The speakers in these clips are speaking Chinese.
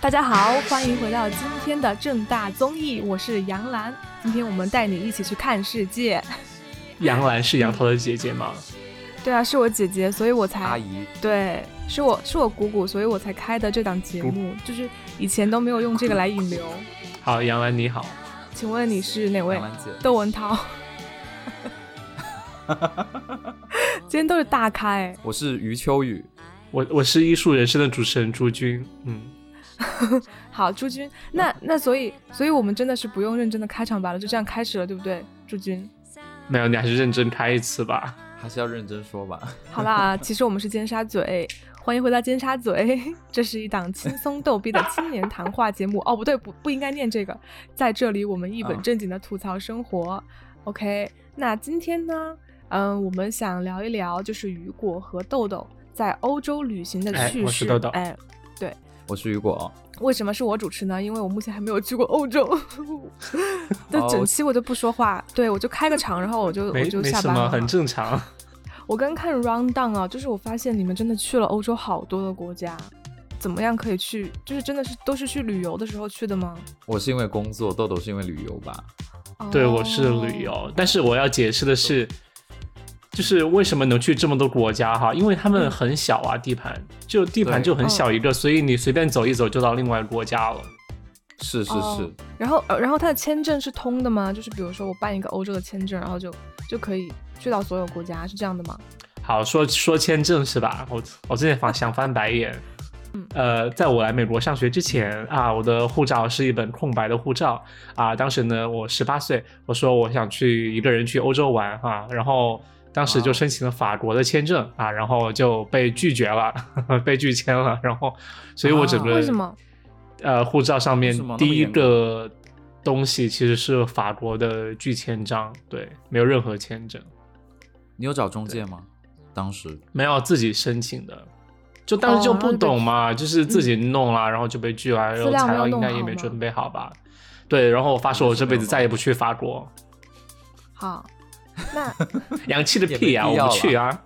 大家好，欢迎回到今天的正大综艺，我是杨澜。今天我们带你一起去看世界。 杨澜是杨桃的姐姐吗？对啊，是我姐姐，所以我才阿姨，对，是我是我姑姑，所以我才开的这档节目，就是以前都没有用这个来引 流。好，杨澜你好，请问你是哪位杨？澜姐，窦文 涛。今天都是大开，我是余秋雨。我我是艺术人生的主持人朱军，嗯，好，朱军，嗯那那所以所以我们真的是不用认真的开场白了，就这样开始了，对不对？朱军，没有，你还是认真拍一次吧。还是要认真说吧， 好啦，其实我们是尖沙咀，欢迎回到尖沙咀， 这是一档轻松逗逼的青年谈话节目。哦，不对，不不应该念这个，在这里我们一本啊正经的吐槽生活。OK，那今天呢，嗯，我们想聊一聊就是雨果和豆豆在欧洲旅行的哎趣我是事。豆豆哎， 我是雨果。为什么是我主持呢？因为我目前还没有去过欧 洲，就哦整期我就不说话，对我就开个场，然后我就我没就没下什班么，了。很正常。我刚看 round down 啊，就是我发现你们真的去了欧洲好多的国家，怎么样可以去？就是真的是都是去旅游的时候去的吗？我是因为工作，豆豆是因为旅游吧？对，我是哦旅游，但是我要解释的是，就是为什么能去这么多国家哈？因为他嗯们很小啊，地盘就地盘对就很小一个，所以你随便走一走就到另外一个国家了。是是是，哦然后，呃然后他的签证是通的吗？就是比如说我办一个欧洲的签证，然后就就可以去到所有国家，是这样的吗？好，说说签证是吧？我我之前想想翻白眼。嗯呃，在我来美国上学之前啊，我的护照是一本空白的护照啊。当时呢，我十八岁，我说我想去一个人去欧洲玩啊，然后当时就哇哦申请了法国的签证啊，然后就被拒绝了， 被拒签了。然后，所以啊我整个、啊为什么？呃护照上面是吗那么第一严格个东西其实是法国的拒签章，对，没有任何签证。你有找中介吗？当时没有自己申请的，就当哦时就不懂嘛，就是自己弄嗯啦，然后就被拒了，然后材料应该也没准备好吧。对，然后我发誓我这辈子再也不去法国， 好， 那洋气的屁呀、也没必我要不去啊！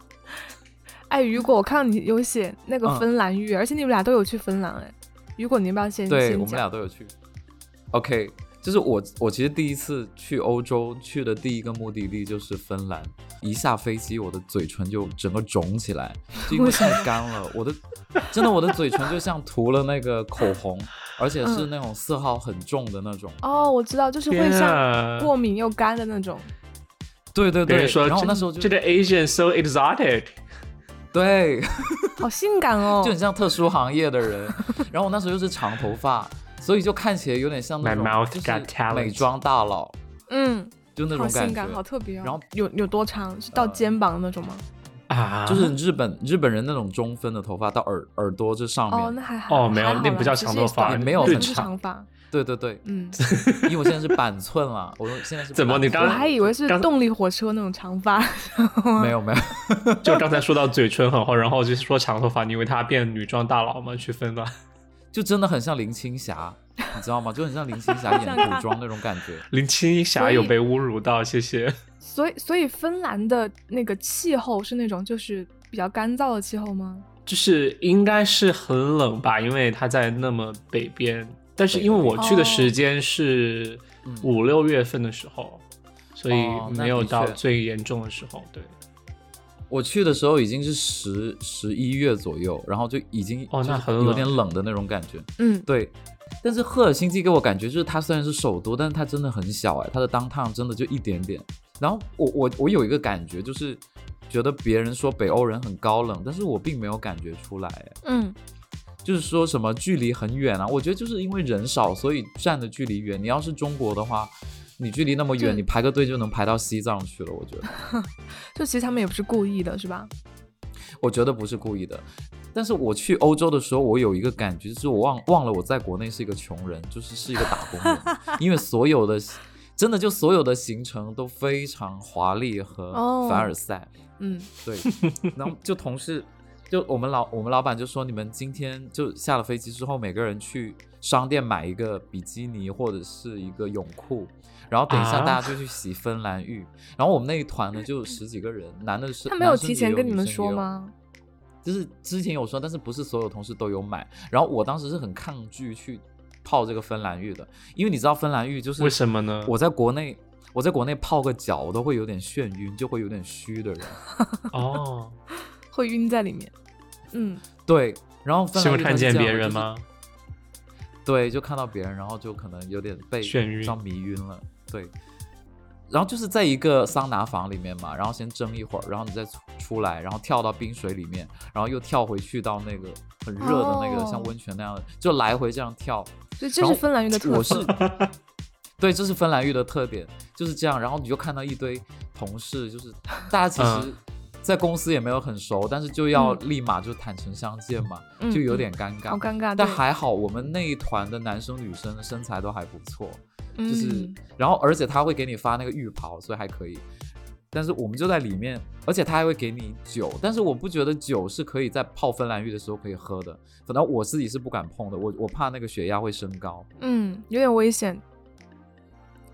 哎，雨果，我看你有写那个嗯芬兰语，而且你们俩都有去芬兰哎。雨果，你要不要先对先我们讲？俩都有去。OK，就是我我其实第一次去欧洲去的第一个目的地就是芬兰，一下飞机我的嘴唇就整个肿起来，就因为太干了，我的真的我的嘴唇就像涂了那个口红，而且是嗯那种色号很重的那种。哦，我知道，就是会天像啊！过敏又干的那种。 对对别对，人说然后这那时候就这个 Asian so exotic，对。好性感哦！ 就很像特殊行业 的人。然后我那时候又是长头发，所以就看起来有点像那 My mouth 种就 got 是 talent 美妆大佬，嗯，就那好种性感感，好觉。特别哦。然后有有多长？是到呃肩膀的那种吗？啊，就是日本日本人那种中分的头发到耳耳朵这上面，哦，那还好。哦没有还好啦那不叫只是长头发短没有只很是长长发。对对对， 嗯，因为我现在是板寸了， 我现在是怎么你板刚我寸还以为是刚动力火车那种长 发。没有没有，就刚才说到嘴唇很厚，然后就说长头发，你以为他变女装大佬吗？去芬兰，就真的很像林青霞，你知道吗？就很像林青 霞演古装那种感觉。林青所霞以有被侮辱到，谢谢。所以，所以芬兰的那个气候是那种就是比较干燥的气候吗？就是应该是很冷吧，因为它在那么北边。但是因为我去的时间是嗯五六月份的时候，所哦以没有到那的确最严重的时候。对，我去的时候已经是十十一月左右，然后就已经哦那就是很冷有点冷的那种感觉。嗯，对，但是赫尔辛基给我感觉就是它虽然是首都，但是它真的很小哎，它的 downtown 真的就一点点。然后我我我有一个感觉就是，觉得别人说北欧人很高冷，但是我并没有感觉出来哎，嗯，就是说什么距离很远啊，我觉得就是因为人少，所以站的距离远。你要是中国的话，你距离那么就远，你排个队就能排到西藏去了，我觉得。就其实他们也不是故意的，是吧？我觉得不是故意的。但是我去欧洲的时候，我有一个感觉，就是我忘忘了我在国内是一个穷人，就是是一个打工 人，因为所有的真的就所有的行程都非常华丽哦和凡尔赛。嗯， 对，然后就同事，就我们老我们老板就说，你们今天就下了飞机之后，每个人去商店买一个比基尼或者是一个泳裤，然后等一下啊大家就去洗芬兰浴。然后我们那一团呢就有十几个人，男的是他没有男生提前也跟你们女生也说有吗？就是之前有说，但是不是所有同事都有买。然后我当时是很抗拒去泡这个芬兰浴的，因为你知道芬兰浴就是为什么呢？我在国内，我在国内泡个脚我都会有点眩晕，就会有点虚的人。哦，会晕在里面。嗯，对，然 后芬是因兰为浴看它是见这样别的人就是吗？对，就看到别人，然后就可能有点被眩晕这样迷晕了。对，然后就是在一个桑拿房里面嘛，然后先蒸一会儿，然后你再出出来，然后跳到冰水里面，然后又跳回去到那个很热的那个、哦像温泉那样的，就来回这样跳。所以这然是后芬兰浴的特我色 是。对，这是芬兰浴的特点，就是这样。然后你就看到一堆同事，就是大家其实嗯，在公司也没有很熟，但是就要立马就坦诚相见嘛，嗯就有嗯点尴尬。好尴尬，但对还好，我们那一团的男生女生的身材都还不错，就是，嗯然后而且他会给你发那个浴袍，所以还可以。但是我们就在里面，而且他还会给你酒，但是我不觉得酒是可以在泡芬兰浴的时候可以喝的，反正我自己是不敢碰的，我我怕那个血压会升高，嗯，有点危险。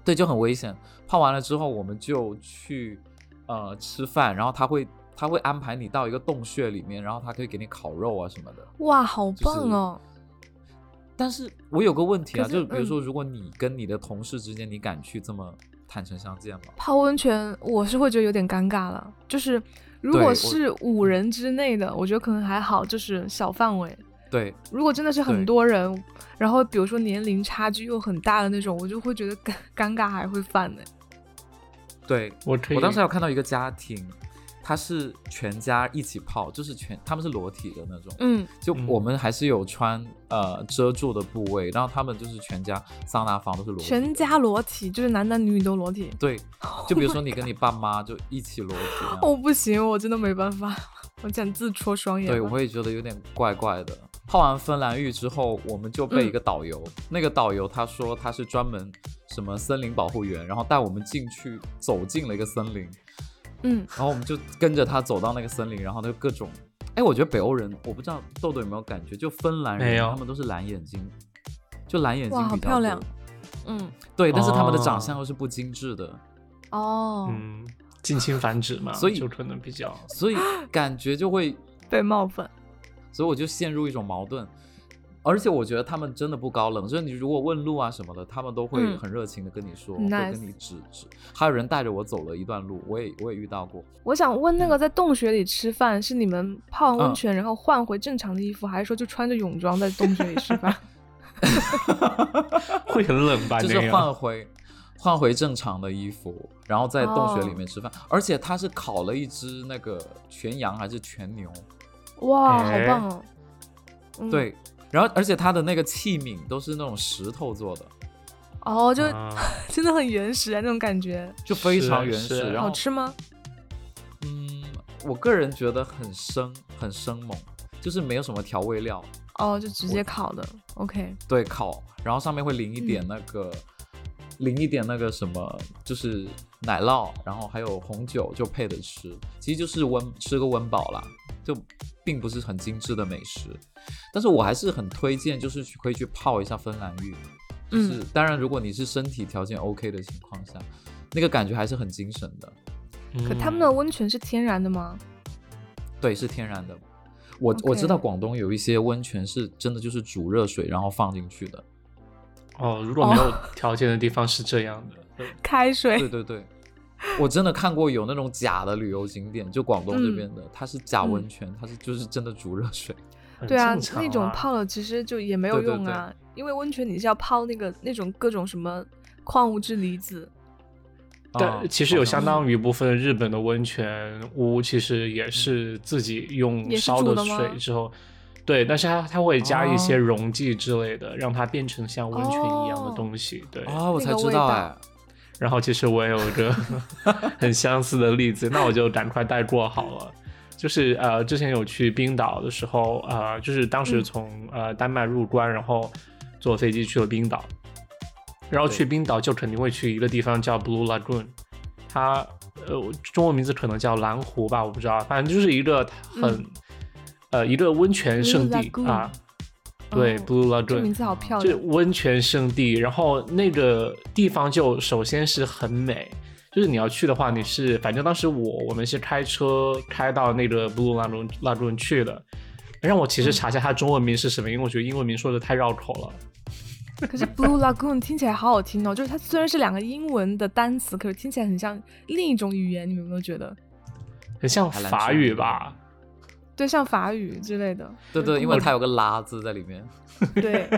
对，就很危险。泡完了之后，我们就去呃吃饭，然后他会他会安排你到一个洞穴里面，然后他可以给你烤肉啊什么的。哇，好就是棒哦！但是我有个问题啊，可是就是比如说，嗯如果你跟你的同事之间，你敢去这么坦诚相见吗？泡温泉我是会觉得有点尴尬了，就是如对果我嗯是五人之内的，我觉得可能还好，就是小范围。对，如果真的是很对多人，然后比如说年龄差距又很大的那种，我就会觉得尴尴尬还会犯呢。对我可以，我当时还有看到一个家庭，他是全家一起泡，就是全他们是裸体的那种，嗯，就嗯我们还是有穿呃遮住的部位，然后他们就是全家桑拿房都是裸体的，全家裸体，就是男男女女都裸体。对，就比如 说你跟你爸妈就一起裸体那样，我、哦不行，我真的没办法， 我想自戳双眼吧。对，我会觉得有点怪怪的。泡完芬兰浴之后，我们就嗯被一个导游，那个导游他说他是专门什么森林保护员，然后带我们进去走进了一个森林，嗯，然后我们就跟着他走到那个森林，然后他就各种，哎，我觉得北欧人，我不知道豆豆有没有感觉，就芬兰没人有他们都是蓝眼睛，就蓝眼睛哇，好比较漂多亮。嗯，对，但是他们的长哦相又是不精致的，哦，嗯，近亲繁殖嘛，所以就可能比较所以感觉就会被冒犯。所以我就陷入一种矛盾。而且我觉得他们真的不高冷，就是你如果问路啊什么的，他们都会嗯很热情的跟你说，很会 nice 跟你指指。还有人带着我走了一段路，我也我也遇到过。我想问，那个在洞穴里吃饭是你们泡完温泉、然后换回正常的衣服，还是说就穿着泳装在洞穴里吃饭？会很冷吧？ 就那是个换回换回正常的衣服，然后在洞穴里面吃哦饭。而且他是烤了一只那个全羊还是全牛？哇，好哎棒哦！嗯、，对，然后而且他的那个器皿都是那种石头做的，哦，就、啊 真的很原始啊，那种感觉，就非是常原是始。然好后吃吗？嗯，我个人觉得很生很生猛，就是没有什么调味料。哦，就直接烤的，OK，对烤，然后上面会淋一点嗯那个，淋一点那个什么，就是奶酪，然后还有红酒就配着吃，其实就是温吃个温饱啦，就并不是很精致的美食，但是我还是很推荐，就是去可以去泡一下芬兰浴，就是、嗯当然如果你是身体条件 OK 的情况下，那个感觉还是很精神的，嗯可他们的温泉是天然的吗？对，是天然的。我我知 OK 道广东有一些温泉是真的就是煮热水然后放进去的，哦，如果没有条件的地方是这样的，开水对对对，我真的看过有那种假的旅游景点，就广东这嗯边的，它是假温泉，它是就是真的煮热 水。很对啊正，常那种泡了其实就也没有对对用啊，因为温泉你是要泡那个那种各种什么矿物质离子，啊但其实有相好像当于部分日本的温泉屋，其实也是自己用也是烧煮的的吗水之后，对，但是它它会加一些哦溶剂之类的，让它变成像温泉一样的哦东西。对，啊，我才知那个道味道哎，然后其实我也有一 个很相似的例子，那我就赶快带过好了。就是呃，之前有去冰岛的时候，呃，就是当时嗯从、呃丹麦入关，然后坐飞机去了冰岛，然后去对冰岛就肯定会去一个地方叫 Blue Lagoon，它呃我中文名字可能叫蓝湖吧，我不知道，反正就是一个很、嗯呃一个温泉圣地 Blue Lagoon 啊，对、哦 Blue 这 Lagoon，名字好漂就亮，温泉圣地，然后那个地方就首先是很美，就是你要去的话，你是反正当时我我们是开车开到那个布鲁纳伦纳伦去的，让我其实查一下它中文名是什么，因为我觉得英文名说的太绕口了。可是 Blue Lagoon 听起来好好听哦，就是它虽然是两个英文的单词，可是听起来很像另一种语言，你们有没有觉得？很像海南法省语吧？对，像法语之类的。对嗯对，因为它有个拉字在里面。对，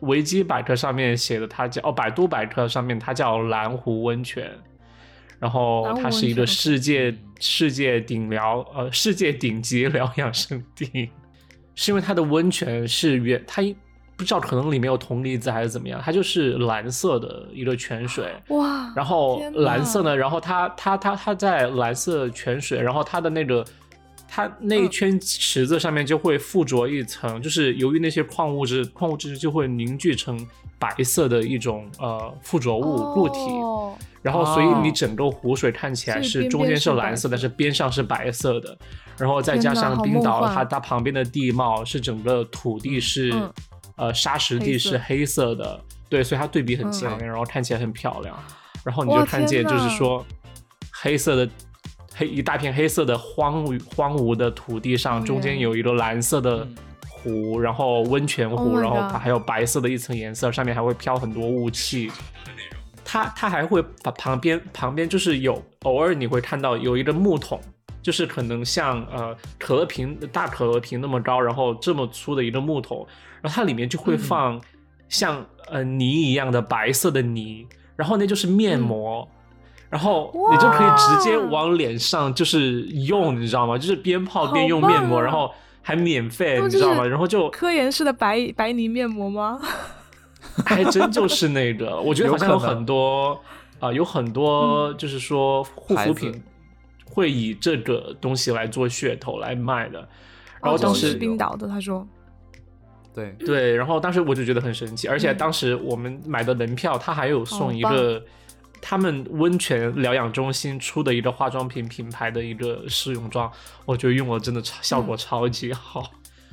维基百科上面写的，它叫哦，百度百科上面它叫蓝湖温泉，然后蓝湖它是温一泉个世界世界顶疗呃世界顶级疗养圣地，是因为它的温泉是原它一不知道可能里面有铜离子还是怎么样，它就是蓝色的一个泉水，哇，然后啊天蓝呐色呢，然后它它它它在蓝色泉水，然后它的那个它那一嗯圈池子上面就会附着一层，就是由于那些矿物质矿物质就会凝聚成白色的一种呃附着物固体，哦然后所以哦你整个湖水看起来所以是边中边间是是白蓝色，色但是边上是白色的，然后再天加哪上好冰梦岛幻它它旁边的地貌是整个土地是、嗯呃沙石地黑是色黑色的，对，所以它对比很强嗯烈，然后看起来很漂亮，然后你哇就看天见就哪是说黑色的。黑一大片黑色的荒芜荒芜的土地上，荒中间原有一个蓝色的嗯湖，然后温泉湖 Oh my 然后 god 它还有白色的一层颜色，上面还会飘很多雾气。它它还会把旁边旁边就是有偶尔你会看到有一个木桶，就是可能像呃可乐瓶大可乐瓶那么高，然后这么粗的一个木桶，然后它里面就会嗯放像、呃泥一样的白色的泥，然后那就是面膜。然后你就可以直接嗯哇往脸上就是用，你知道吗？就是边泡边好用面棒膜，啊然后还免费，那你就知道吗？是然后就科研式的白白泥面膜吗？还真就是那个，我觉得好像有有可能很多啊、有很多就是说护牌肤子品会以这个东西来做噱头来卖的。然后哦当这是时、冰岛的，他说，对，对，然后当时我就觉得很神奇，而且嗯当时我们买的门票，它还有送一个他们温泉疗养中心出的一个化妆品品牌的一个试用装，我觉得用了真的超嗯效果超级好，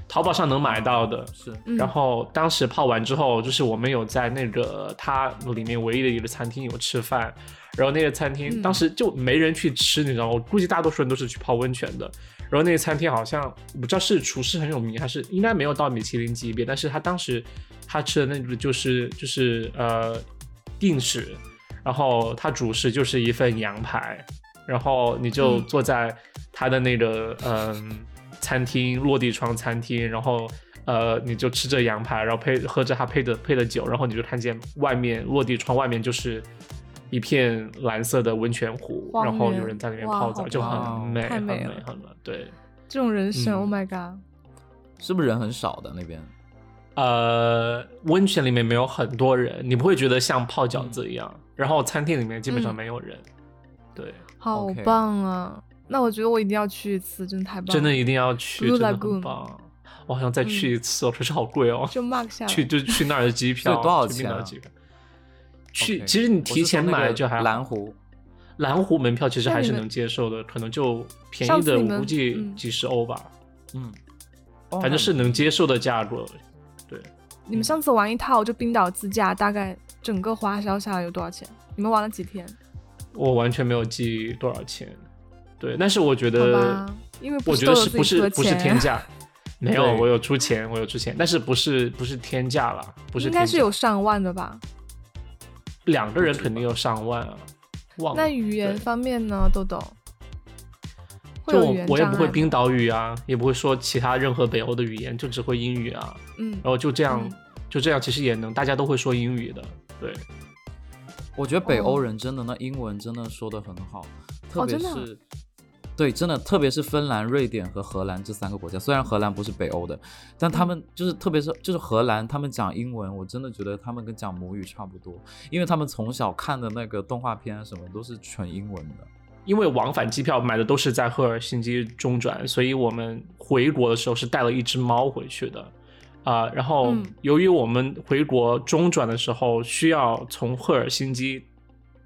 淘宝上能买到的。是嗯然后当时泡完之后，就是我们有在那个它里面唯一的一个餐厅有吃饭，然后那个餐厅嗯当时就没人去吃，你知道吗？我估计大多数人都是去泡温泉的。然后那个餐厅好像我不知道是厨师很有名，还是应该没有到米其林级别，但是他当时他吃的那个就是就是呃定食，然后他主食就是一份羊排，然后你就嗯坐在他的那个嗯、餐厅落地窗餐厅，然后呃你就吃着羊排，然后配喝着他配的配的酒，然后你就看见外面落地窗外面就是一片蓝色的温泉湖，荒然后有原人在里面哇泡好啊澡，就棒很美太很美美了很美，对。这种人生、嗯 o h my god，是不是人很少的那边？呃，温泉里面没有很多人，你不会觉得像泡饺子一样。然后餐厅里面基本上嗯没有人，对，好 OK 棒啊！那我觉得我一定要去一次，真的太棒了，真的一定要去，嗯 Blue 真的 Lagoon 嗯很棒。我好想再去一次哦，可是好贵哦。就 mark 下来。去就去那儿的 机票对多少去冰岛的机钱票啊去 OK 其实你提前我是说那买个就还好蓝湖，蓝湖门票其实那还你是们能接受的，可能就便上宜次的你我们估计嗯几十欧吧，嗯，反正是啊能接受的价格。对，你们上次玩一套就冰岛自驾，大概整个花销下来有多少钱？你们玩了几天？我完全没有记多少钱，对，但是我觉好得吧，因为不我觉得都有是自不己是车不是钱 天价？没有，对我有出钱，我有出钱，但是不是不是天价了，不是应天该是价有上万的吧？两个人肯定有上万啊，忘了那语言对方面呢，豆豆？会就有我语言我也障不碍会吗冰岛语啊，也不会说其他任何北欧的语言，就只会英语啊，嗯然，后就这样、嗯就这样，其实也能大家都会说英语的，对，我觉得北欧哦人真的那英文真的说的很好，特哦别真是、的啊对，真的特别是芬兰、瑞典和荷兰这三个国家，虽然荷兰不是北欧的，嗯但他们就是特别是就是荷兰，他们讲英文，我真的觉得他们跟讲母语差不多，因为他们从小看的那个动画片啊什么都是纯英文的。因为往返机票买的都是在赫尔辛基中转，所以我们回国的时候是带了一只猫回去的。啊、然后嗯由于我们回国中转的时候需要从赫尔辛基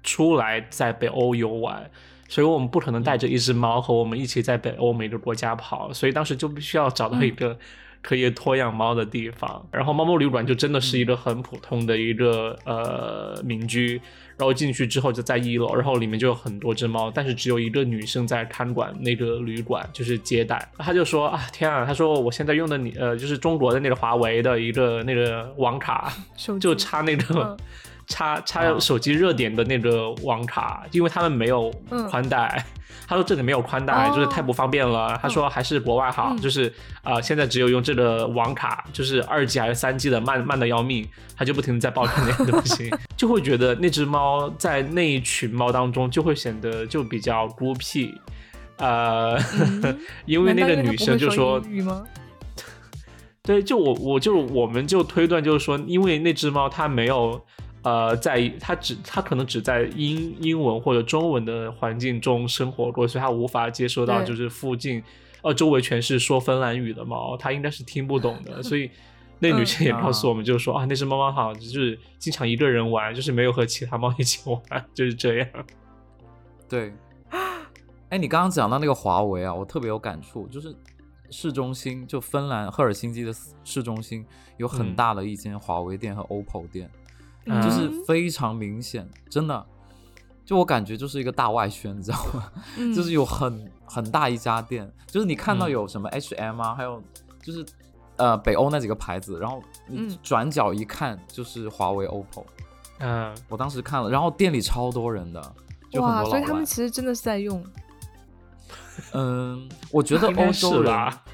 出来，在北欧游玩，所以我们不可能带着一只猫和我们一起在北欧每个国家跑，所以当时就必须要找到一个可以托养猫的地方。然后猫猫旅馆就真的是一个很普通的一个呃民居，然后进去之后就在一楼，然后里面就有很多只猫，但是只有一个女生在看管那个旅馆，就是接待。她就说啊天啊，她说我现在用的你呃就是中国的那个华为的一个那个网卡，手就机插那个。嗯插插手机热点的那个网卡，因为他们没有哦嗯宽带。 他说这里没有宽带，哦就是太不方便了。他说还是国外好，嗯就是呃现在只有用这个网卡，就是二 G 还是三 G 的慢慢的要命。他就不停的在抱怨那个东 西，就会觉得那只猫在那一群猫当中就会显得就比较孤僻。呃，嗯 因为难那道个因它女不生会就说说英语吗？对，就我我就我们就推断就是说，因为那只猫它没有呃在它只它可能只在英英文或者中文的环境中生活过，所以它无法接收到对就是附近呃周围全是说芬兰语的猫，它应该是听不懂的，所以。那女生也告诉我们，就是说、啊，那只猫猫好，就是经常一个人玩，就是没有和其他猫一起玩，就是这样。对，啊哎，你刚刚讲到那个华为啊，我特别有感触，就是市中心，就芬兰赫尔辛基的市中心有很嗯大的一间华为店和 OPPO 店，就是嗯非常明显，真的，就我感觉就是一个大外宣，你知道吗？ 嗯就是有很很大一家店，就是你看到嗯有什么 HM 啊，还有就是呃北欧那几个牌子，然后你嗯转角一看就是华为、OPPO，嗯、我当时看了，然后店里超多人的，就很哇，多老所以他外们其实真的是在用，嗯，我觉得应该欧洲是人，吧？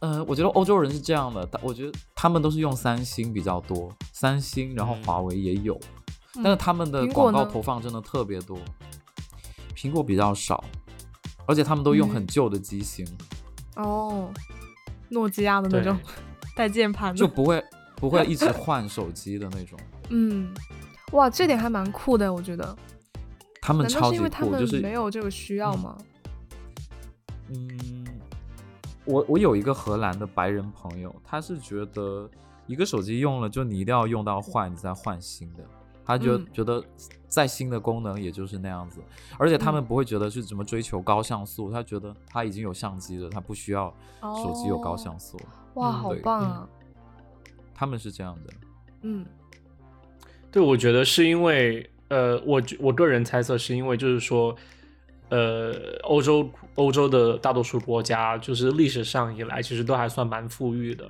嗯、我觉得欧洲人是这样的，他我觉得他们都是用三星比较多，三星，然后华为也有，但是嗯他们的苹果广告呢投放真的特别多，苹果比较少，而且他们都用嗯很旧的机型，哦，诺基亚的那对种 带键盘的，就不会不会一直换手机的那种。嗯，哇，这点还蛮酷的，我觉得。他们难道超是级因为他酷，就们是没有这个需要吗？嗯，我我有一个荷兰的白人朋友，他是觉得一个手机用了，就你一定要用到坏，你再换新的。他觉嗯觉得再新的功能也就是那样子，而且他们嗯不会觉得是怎么追求高像素，他觉得他已经有相机了，他不需要手机有哦高像素。哇，嗯好对棒啊！他们是这样的，嗯对，我觉得是因为，呃，我觉我个人猜测是因为，就是说，呃，欧洲欧洲的大多数国家，就是历史上以来，其实都还算蛮富裕的，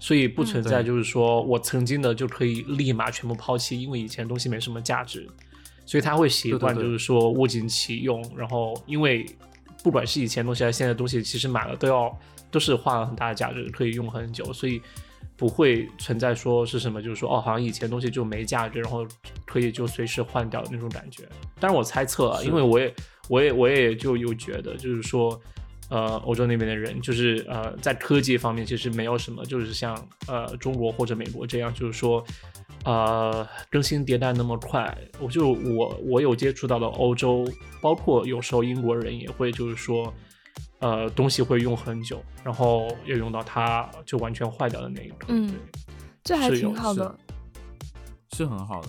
所以不嗯存在对就是说我曾经的就可以立马全部抛弃，因为以前东西没什么价值，所以他会习对对惯对就是说物尽其用，然后因为不管是以前东西还是现在东西，其实买了都要都是花了很大的价值，可以用很久，所以不会存在说是什么，就是说哦，好像以前东西就没价值，然后可以就随时换掉的那种感觉。当然我猜测啊，是因为我也我也我也就有觉得，就是说。呃，欧洲那边的人就是呃，在科技方面其实没有什么，就是像呃中国或者美国这样，就是说呃更新迭代那么快。我就我我有接触到的欧洲，包括有时候英国人也会就是说，呃东西会用很久，然后要用到它就完全坏掉的那一刻。嗯对这还是挺有好是的。是很好的。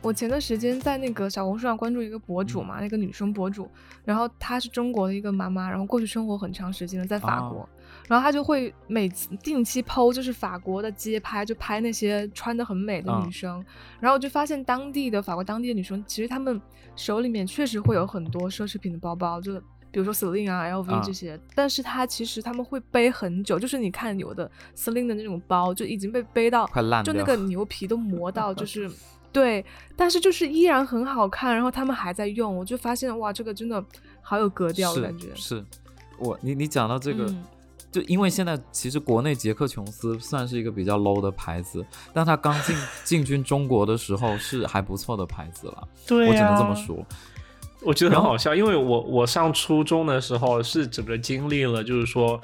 我前段时间在那个小红书上关注一个博嗯主嘛，那个女生博主，然后她是中国的一个妈妈，然后过去生活很长时间了，在法哦国，然后她就会每次定期剖就是法国的街拍，就拍那些穿的很美的嗯女生，然后我就发现当地的法国当地的女生，其实她们手里面确实会有很多奢侈品的包包，就比如说 Celine 啊、啊 LV 这些，但是她其实她们会背很久，就是你看有的 Celine 的那种包就已经被背到快烂就那掉 个牛皮都磨到就是对，但是就是依然很好看，然后他们还在用，我就发现哇，这个真的好有格调的感觉是，是，我你你讲到这个，嗯就因为现在其实国内杰克琼斯算是一个比较 low 的牌子，但它刚进进军中国的时候是还不错的牌子了，对啊我只能这呀么说。我觉得然很后好笑，因为我我上初中的时候是整个经历了，就是说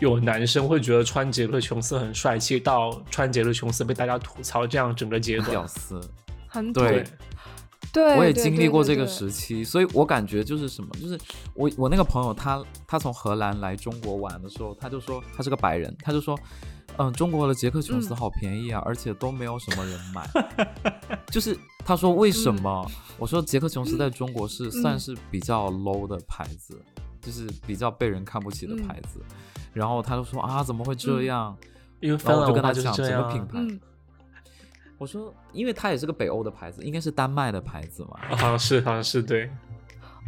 有男生会觉得穿杰克琼斯很帅气，到穿杰克琼斯被大家吐槽，这样整个阶屌段。丝，很土对对，对，我也对经对历过对这个对时期，所以我感觉就是什么，就是我我那个朋友他他从荷兰来中国玩的时候，他就说他是个白人，他就说嗯，中国的杰克琼嗯斯好便宜啊，而且都没有什么人买。 就是他说为嗯什么？我说杰克琼斯在中国是算是比较 low 的牌子，就是比较被人看不起的嗯牌子。然后他就说啊，怎么会这样？因为芬然后我兰文就跟化他就是讲这什样么啊。品牌，嗯，我说因为它也是个北欧的牌子，应该是丹麦的牌子嘛。啊好像是，好像是对。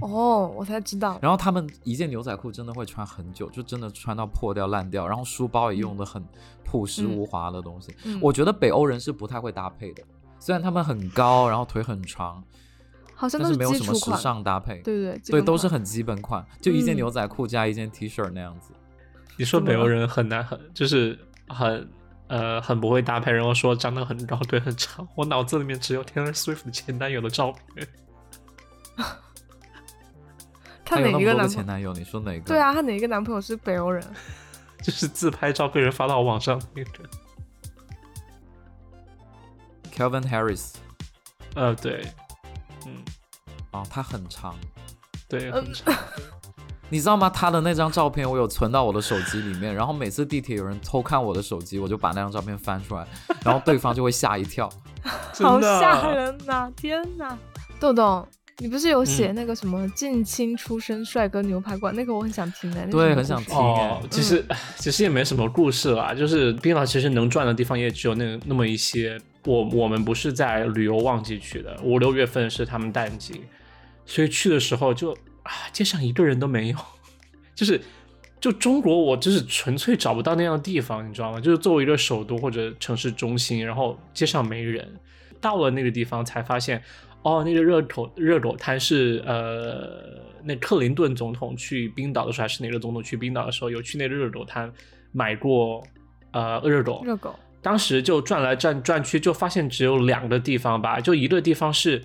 哦，我才知道，然后他们一件牛仔裤真的会穿很久，就真的穿到破掉烂掉。然后书包也用的很朴实无华的东西。嗯我觉得北欧人是不太会搭配的，虽然他们很高，然后腿很长，好像但都是没有基什么础时款，尚搭配。对对对，都是很。很基本款，就一件嗯牛仔裤加一件 T 恤那样子。你说怎么北了欧人很难很就是很呃很不会搭配，然后说长得很高，腿很长。我脑子里面只有 Taylor Swift 的前男友的照片。看哪她有那一个么多男个朋前友？男友，你说哪个？对，啊，看哪一个男朋友是北欧人？就是自拍照被人发到网上那个人。 Kelvin Harris 呃，对，嗯，啊、他很长，对，很长。你知道吗？他的那张照片我有存到我的手机里面，然后每次地铁有人偷看我的手机，我就把那张照片翻出来，然后对方就会吓一跳。好 真的啊吓人呐、天 呐，豆豆，你不是有写嗯那个什么“近亲出身帅哥牛排馆”那个，我很想听的。那是对什么很想故事听哦哎，其实、其实也没什么故事啦，就是冰岛其实能转的地方也只有那那么一些。我我们不是在旅游旺季去的，五六月份是他们淡季，所以去的时候就啊，街上一个人都没有，就是就中国我就是纯粹找不到那样的地方，你知道吗？就是作为一个首都或者城市中心，然后街上没人，到了那个地方才发现，哦，那个热狗热狗摊是呃，那克林顿总统去冰岛的时候，还是哪个总统去冰岛的时候，有去那个热狗摊买过呃热狗，热狗，当时就转来转转去，就发现只有两个地方吧，就一个地方是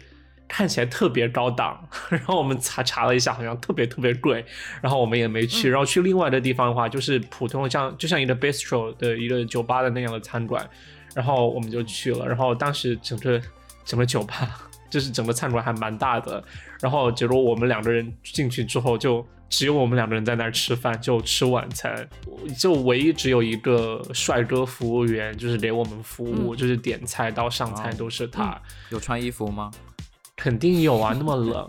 看起来特别高档，然后我们查查了一下，好像特别特别贵，然后我们也没去。嗯然后去另外的地方的话，就是普通的像就像一个 bistro 的一个酒吧的那样的餐馆，然后我们就去了。然后当时整个整个酒吧就是整个餐馆还蛮大的，然后结果我们两个人进去之后就。只有我们两个人在那儿吃饭，就吃晚餐，就唯一只有一个帅哥服务员，就是给我们服嗯务，就是点菜到上菜哦都是他。有穿衣服吗？嗯肯定有啊，那 么冷。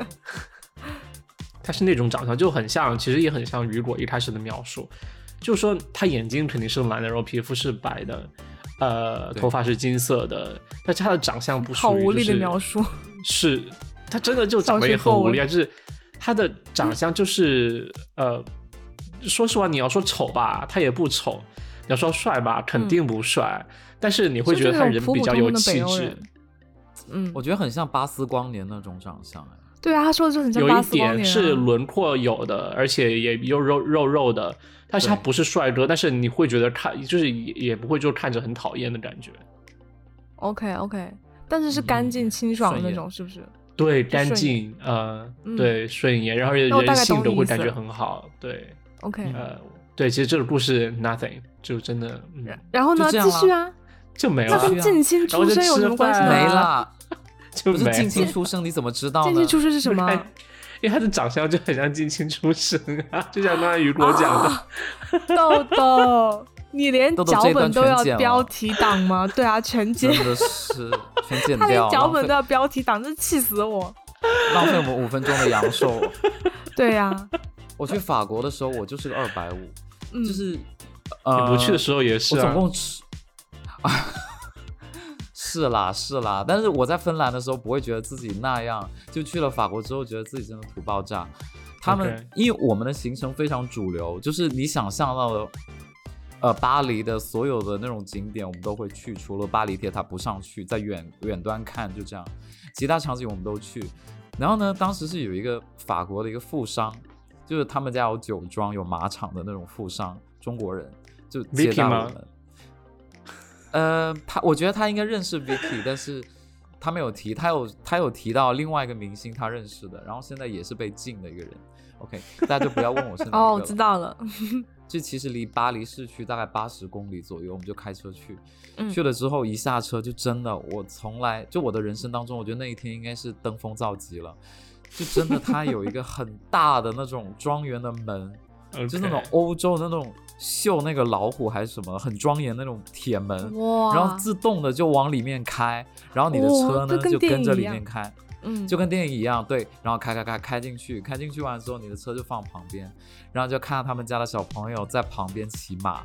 他是那种长相，就很像，其实也很像雨果一开始的描述，就说他眼睛肯定是蓝的，然后皮肤是白的，呃，对头发是金色的，但是他的长相不属于、好无力的描，述。是他真的就长得也很无力啊，就是他的长相就是、呃，说实话，你要说丑吧，他也不丑；你要说帅吧，肯嗯定不帅，但是你会觉得他人比较有就这种普普通通气的北欧质人。嗯我，觉得很像巴斯光年那种长相哎。对啊，他说的就很像有巴一斯光点年啊、是轮廓有的，而且也有肉肉肉的，但是他对不是帅哥，但是你会觉得看就是也也不会就看着很讨厌的感觉。 OK OK，但是是干嗯净清爽的那种，顺眼是不是？顺对，眼干净，呃，嗯对，顺眼，然后那我大人概懂性格你会意感思觉了很好。对， OK，、嗯呃，对，其实这个故事 nothing 就真的，嗯，然后呢？就这继样续啊，就没那了，跟近亲出身有什么关系呢？然后就吃没 饭啦，就不没是了。近亲出生，你怎么知道近呢亲？出身是什么？ 看因为他的长相就很像近亲出身啊，就像刚才雨果讲的，豆豆，你连豆豆脚这一本段都全要剪了标题党吗？对啊， 全真剪，的是全 剪他连掉，脚浪 本费都要标题党，真气死我。浪费我们五分钟的阳寿。对啊呀、我去法国的时候，我就是个二百五，嗯，就是啊呃，你不去的时候也是、我啊，总共吃，是啦是啦，但是我在芬兰的时候不会觉得自己那样，就去了法国之后觉得自己真的土爆炸。他们 OK 因为我们的行程非常主流，就是你想象到的，呃，巴黎的所有的那种景点我们都会去，除了巴黎铁塔不上去，在远远端看就这样，其他场景我们都去。然后呢，当时是有一个法国的一个富商，就是他们家有酒庄、有马场的那种富商，中国人就接 Vicky 待我吗们。呃，他我觉得他应该认识 Vicky，但是他没有提，他有他有提到另外一个明星他认识的，然后现在也是被禁的一个人。OK，大家就不要问我是哪一个哦，我了知道了。这其实离巴黎市区大概八十公里左右，我们就开车去。嗯去了之后一下车就真的，我从来就我的人生当中，我觉得那一天应该是登峰造极了。就真的，它有一个很大的那种庄园的门， OK 就那种欧洲的那种绣那个老虎还是什么，很庄严那种铁门，哇，嗯然后自动的就往里面开，然后你的哇车呢这跟就电跟影着一里样面开，嗯，就跟电影一样，对，然后开开开开进去，开进去完之后，你的车就放旁边，然后就看到他们家的小朋友在旁边骑马，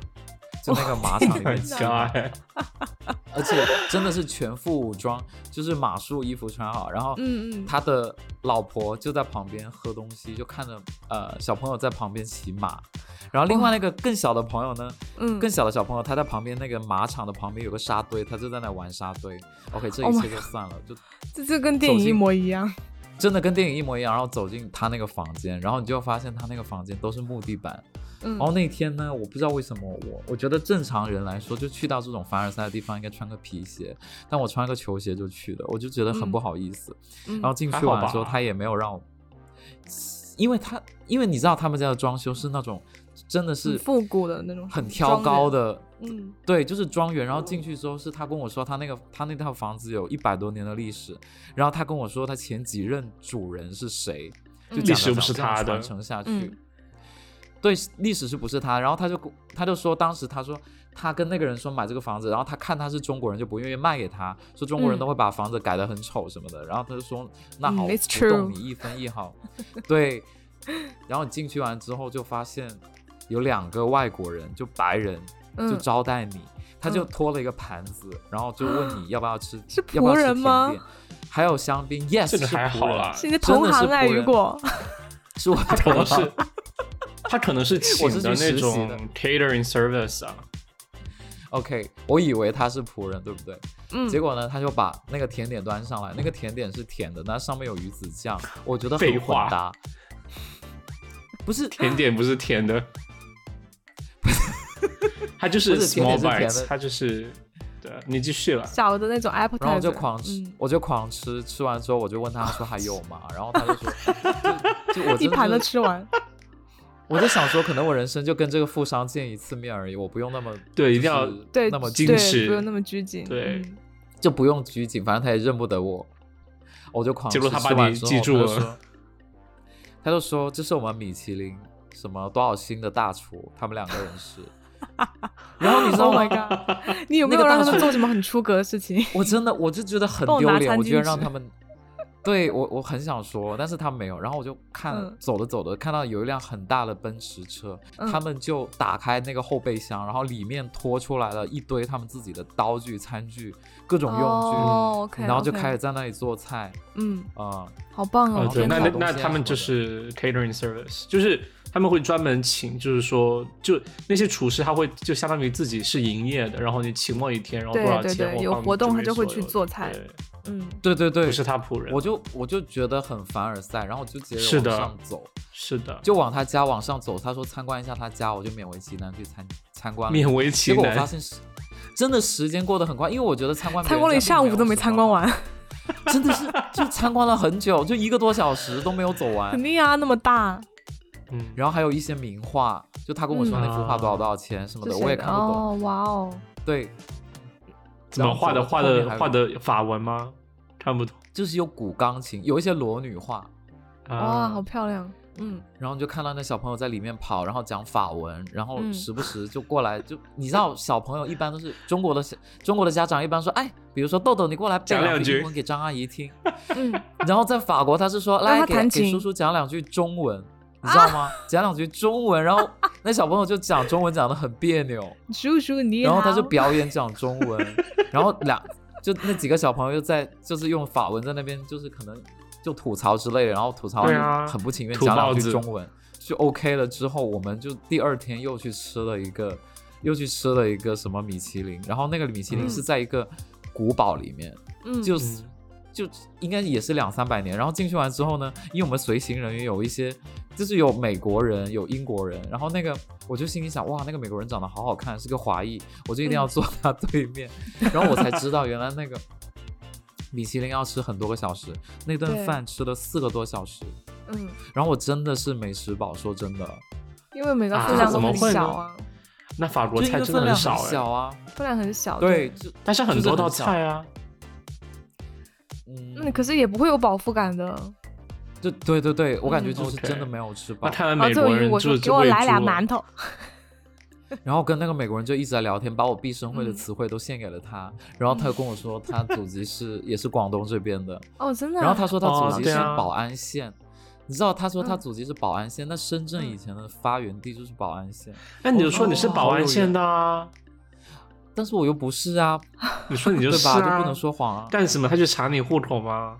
就那个马场里 ，Oh 面骑马，，Oh God，而且真的是全副武装，就是马术衣服穿好，然后嗯嗯他的老婆就在旁边喝东西，就看着呃小朋友在旁边骑马，然后另外那个更小的朋友呢，嗯，更小的小朋友他在旁边那个马场的旁边有个沙堆，他就在那玩沙堆。OK，这 Oh 一 my 切就算了，就这就跟电影一模一样，真的跟电影一模一样，然后走进他那个房间，然后你就发现他那个房间都是木地板。嗯然后那天呢，我不知道为什么我，我觉得正常人来说，就去到这种凡尔赛的地方应该穿个皮鞋，但我穿个球鞋就去了，我就觉得很不好意思。嗯然后进还去好完之后，吧他也没有让我，因为他因为你知道他们家的装修是那种真的很是复古的那种很挑高，的。嗯对，就是庄园。然后进去之后，是他跟我说，他那个他那套房子有一百多年的历史。然后他跟我说，他前几任主人是谁，就嗯讲历史讲不是这样他的传承下去。嗯对，历史是不是他？然后他就跟他就说，当时他说他跟那个人说买这个房子，然后他看他是中国人，就不愿意卖给他，说中国人嗯都会把房子改得很丑什么的。然后他就说，那嗯好， it's 我 true 动你一分一毫。对，然后你进去完之后就发现有两个外国人，就白人，就嗯，招待你。他就嗯拖了一个盘子，然后就问你要不要吃， 是要不仆要吃人甜吗点，还有香槟。Yes，这个是还仆好啊人啦，是你的同行哎，真的是仆人雨果， 是我他可能 的是他可能是请我是去的那实习种的 catering service 啊， OK，我以为他是仆人，对不对？嗯，结果呢，他就把那个甜点端上来，那个甜点是甜的，那上面有鱼子酱，我觉得废很混话搭。不是甜点不是甜 的，它就不是甜 small 点是甜 bites，的它就是对，啊你继续了。小的那种 apple，然后我就狂吃，嗯，我就狂吃，吃完之后我就问他说还有吗？然后他就说， 就就我真的一盘就都吃 完， 我就想说，可能我人生就跟这个富商见一次面而已，我不用那么 对就是一定要对，那么矜对持不用那么拘谨，对嗯就不用拘谨，反正他也认不得我，我就狂吃。结果他把吃完你之后记住，他就了说 他就说这是我们米其林什么多少星的大厨，他们两个人 是。然后你知道 Oh 吗 my god！你有没那有个让大他们厨做什么很出格的事 情？我真的我就觉得很帮我丢拿脸，餐我居然巾让纸 他们。对我我很想说，但是他没有。然后我就看、嗯走着走着，看到有一辆很大的奔驰车，嗯他们就打开那个后备箱，然后里面拖出来了一堆他们自己的刀具、餐具、各种用具，嗯哦，OK，然后就 OK 开始在那里做菜嗯，啊、好棒哦哦，！对，天那哪那那天哪东西啊他们就什是 catering service，就是他们会专门请，就是说，就那些厨师他会就相当于自己是营业的，然后你请我一天，然后对多少对钱对我有帮你活动准他备就会所有去的做菜对嗯，对对对，不是他仆人，我就我就觉得很凡尔赛，然后我就接是着的往上走，是的，就往他家往上走。他说参观一下他家，我就勉为其难去参参观了。勉为其结果我发难。现是真的时间过得很快，因为我觉得参观别参人观了一家上并午都没有什参么观，完， 真的是就参观了很久，就一个多小时都没有走完肯。定啊，那么大，嗯，然后还有一些名画，就他跟我说嗯那幅画多少多少钱什么这的，谁我也的看不懂。哦，哇哦，对，怎么画的画的然后走到后面还有画的法文吗？看不懂就是有古钢琴，有一些裸女画，哇，啊好。漂亮， 嗯，然后你就看到那小朋友在里面跑，然后讲法文，然后嗯时不时就过来，就你知道小朋友一般都是中国的小中国的家长一般说，哎，比如说豆豆你过来背啊讲两两句英文给张阿姨听，嗯，然后在法国他是说让来他给弹给琴叔叔讲两句中文，你知道 吗？讲两句中文，然后那小朋友就讲中文讲的很别扭，叔叔你然好，后他就表演讲中 文，然后两就那几个小朋友在就是用法文在那边就是可能就吐槽之类的，然后吐槽对啊很不情愿吐讲报两纸句中文就 OK 了。之后我们就第二天又去吃了一个，又去吃了一个什么米其林，然后那个米其林嗯是在一个古堡里面，嗯，就是。就应该也是两三百年，然后进去完之后呢，因为我们随行人员有一些，就是有美国人，有英国人，然后那个我就心里想，哇，那个美国人长得好好看，是个华裔，我就一定嗯要坐他对面，然后我才知道原来那个米其林要吃很多个小时，那顿对饭吃了四个多小时，嗯，然后我真的是没吃饱，说真的，因为每个啊分量怎都么很会呢小啊，那法国就因菜为真的分量少很小哎，啊，分量很小，对，，就但是很就是多很道少菜啊，嗯，嗯，可是也不会有饱腹感的，就对对对，我感觉嗯就是 OK 真的没有吃饱，那看来然后美最后国雨人果就说是给我来俩喂猪了馒头，然后跟那个美国人就一直在聊天，把我毕生会的词汇都献给了他。然后他又跟我说，他祖籍是 也是广东这边的。哦，真的啊。然后他说他哦祖籍对是啊宝安县，你知道他说他嗯祖籍是宝安县，那深圳以前的发源地就是宝安县，那哎你就说你是哦宝安县的啊，但是我又不是啊，你说你就 对是吧？啊，就不能说谎啊。干什么？他去查你户口吗？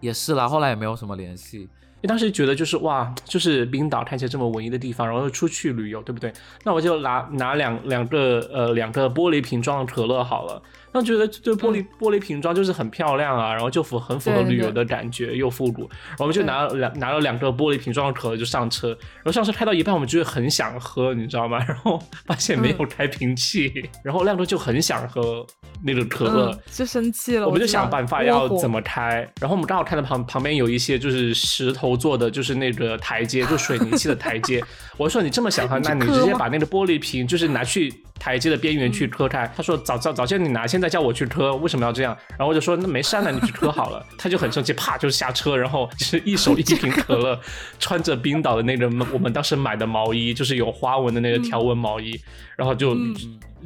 也是啦，后来也没有什么联系。因为当时觉得就是哇，就是冰岛看起来这么文艺的地方，然后又出去旅游，对不对？那我就拿拿两两个呃两个玻璃瓶装的可乐好了。那觉得这玻璃、玻璃瓶装就是很漂亮啊，然后就符很符嗯合对对旅游的感觉，又复古。然后我们就对拿了两拿了两个玻璃瓶装的可乐就上车，然后上车开到一半，我们就会很想喝，你知道吗？ 然后发现嗯没有开瓶器，然后亮哥就很想喝那个可乐，嗯，就生气了。我们就知道想办法要怎。窝火么开，然后我们刚好看到旁旁边有一些就是石头做的，就是那个台阶，就水泥砌的台阶。我说你这么想的话，那你你去直磕接吗把那个玻璃瓶就是拿去台阶的边缘去磕开。他说早早早叫你拿，现在叫我去磕，为什么要这样？然后我就说那没事啊，那你去磕好了。他就很生气，啪就下车，然后就是一手一瓶可乐，穿着冰岛的那个我们当时买的毛衣，就是有花纹的那个条纹毛衣，然后就嗯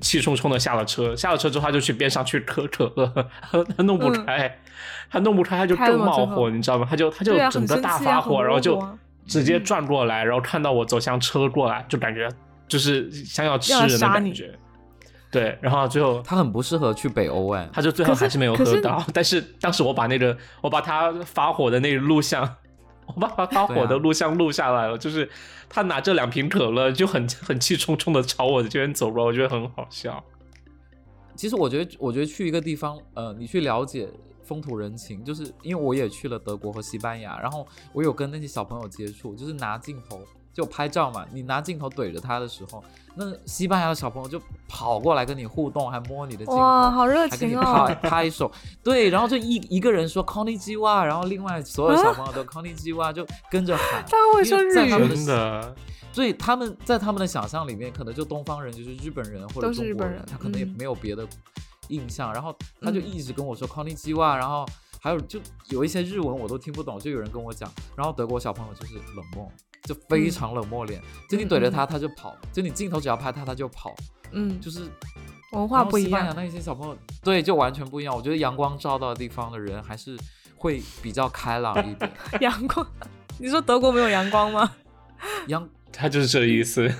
气冲冲的下了车，下了车之后他就去边上去磕可乐，他弄不开，他弄不开他就嗯开了更吗冒最火，后你知道吗？他就他就对啊整很个生大气发啊火，很然后窝就火啊直接转过来，然后看到我走向车过来，就感觉就是像要吃要来人的杀感你觉，对，然后最后他很不适合去北欧哎，他就最后还是没有可是喝到。但是当时我把那个我把他发火的那个录像，我把他发火的录像录下来了，就是他拿着两瓶可乐就很很气冲冲的朝我这边走过来，我觉得很好笑。其实我觉得，我觉得去一个地方，呃，你去了解风土人情，就是因为我也去了德国和西班牙，然后我有跟那些小朋友接触，就是拿镜头就拍照嘛，你拿镜头怼着他的时候，那西班牙的小朋友就跑过来跟你互动，还摸你的镜头。哇，好热还跟你情拍哦！拍手，对，然后就一一个人说 k o n n i j i w a 然后另外所有小朋友都 k o n n i j i w a 就跟着喊。 他们会说因为在日他语们真的，所以他们在他们的想象里面，可能就东方人就是日本人或者都是中日国本人，人他可能也嗯没有别的印象。然后他嗯就一直跟我说 k o n n i j i w a 然后还有就有一些日文我都听不懂，就有人跟我讲。然后德国小朋友就是冷漠，就嗯非常冷漠脸，就你怼着他他就跑，就你镜头只要拍他他就跑，嗯，就是文化然后不一西班牙样。那些小朋友，对，就完全不一样。我觉得阳光照到的地方的人还是会比较开朗一 点。阳光，你说德国没有阳光吗？阳他就是这个意思。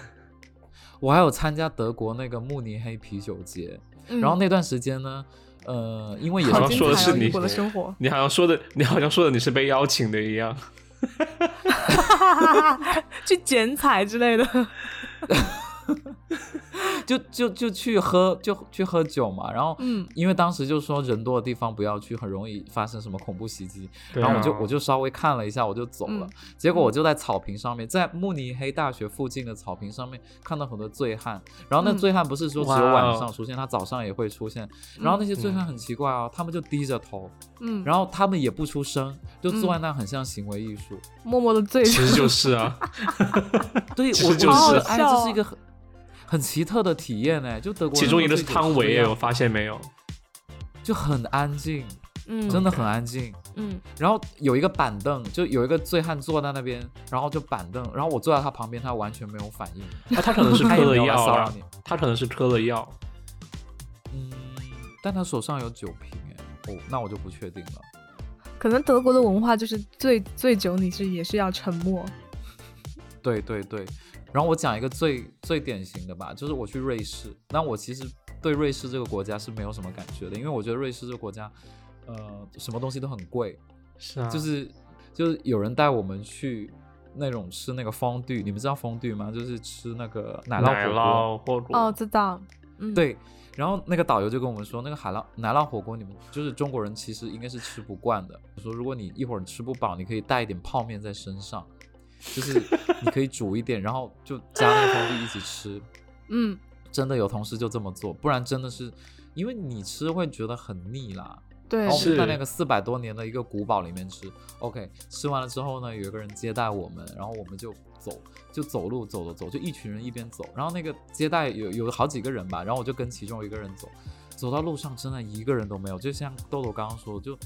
我还有参加德国那个慕尼黑啤酒节，嗯然后那段时间呢，呃，因为也好好像精说的彩是哦，你异国的生 活。 你好像说的，你好像说的你是被邀请的一样。去剪彩之类的。就就就去喝就去喝酒嘛，然后嗯因为当时就说人多的地方不要去，很容易发生什么恐怖袭击。对然后我就啊我就稍微看了一下，我就走了。嗯结果我就在草坪上面，在慕尼黑大学附近的草坪上面看到很多醉汉。然后那嗯醉汉不是说只哇有晚哦嗯上出现，他早上也会出现。然后那些醉汉很奇怪哦，他们就低着头，嗯，然后他们也不出声，就坐在嗯那很像行为艺术。默默的醉着。其实就是 啊，对，其我实就我觉是得哎，这是一个很很奇特的体验哎呢。就德国人其中一个喝是醉酒汤这唯耶，哦样我发现没 有？就很安静，嗯，真的很安静。嗯，然后有一个板凳，就有一个醉汉坐在那边，然后就板凳，然后我坐在他旁边，他完全没有反应，啊，他可能是他也嗑了没有来药骚扰啊你，。他可能是嗑了药。嗯，但他手上有酒瓶，哎，哦，那我就不确定了。可能德国的文化就是醉醉酒，你是也是要沉默。对对对，然后我讲一个最最典型的吧，就是我去瑞士，那我其实对瑞士这个国家是没有什么感觉的，因为我觉得瑞士这个国家，呃，什么东西都很贵，是啊，就是就是有人带我们去那种吃那个风地，你们知道风地吗？就是吃那个奶酪奶火锅。酪火锅。哦，知道。嗯，，对，然后那个导游就跟我们说，那个海浪奶酪火锅，你们就是中国人其实应该是吃不惯的。说如果你一会儿吃不饱，你可以带一点泡面在身上，就是你可以煮一点，然后就加那个蜂蜜一起吃。嗯，真的有同事就这么做，不然真的是因为你吃会觉得很腻啦。对然后，我们就是在那个四百多年的一个古堡里面吃。OK，吃完了之后呢，有一个人接待我们，然后我们就走，就走路走走走，就一群人一边走。然后那个接待有有好几个人吧，然后我就跟其中一个人走，走到路上真的一个人都没有，就像豆豆刚刚说，就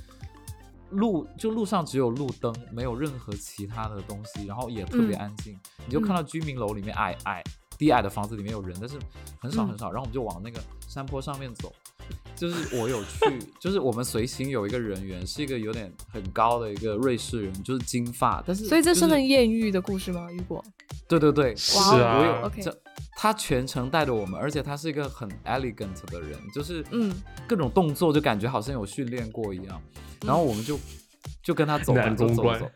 路就路上只有路灯，没有任何其他的东西，然后也特别嗯安静，你就看到居民楼里面矮矮低矮的房子里面有人，但是很少嗯很少。然后我们就往那个山坡上面走，就是我有去， 就是我们随行有一个人员，是一个有点很高的一个瑞士人，就是金发，但是所以这就是很艳遇的故事吗？雨果，对对对，是哇哦啊，我有 OK 这，他全程带着我们，而且他是一个很 elegant 的人，就是嗯各种动作就感觉好像有训练过一样。然后我们就就跟他走男吧，走公走关走，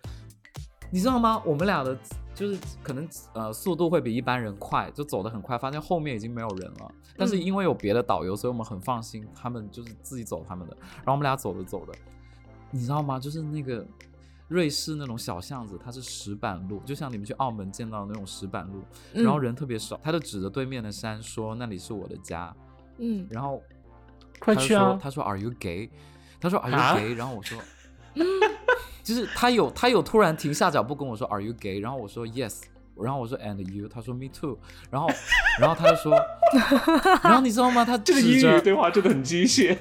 你知道吗？我们俩的就是可能呃速度会比一般人快，就走得很快，发现后面已经没有人了。但是嗯因为有别的导游，所以我们很放心，他们就是自己走他们的。然后我们俩走着走着，你知道吗？就是那个瑞士那种小巷子，它是石板路，就像你们去澳门见到的那种石板路，嗯然后人特别少。他就指着对面的山说：“那里是我的家。” 嗯，然后快他就去啊说他说 Are you gay？他说 Are you 啊 gay？、然后我说，就是他有他有突然停下脚步跟我说 Are you gay？然后我说 Yes。然后我说 And you？他说 Me too。然后然后他就说，然后你知道吗？他这个指英着语对话真的很机械。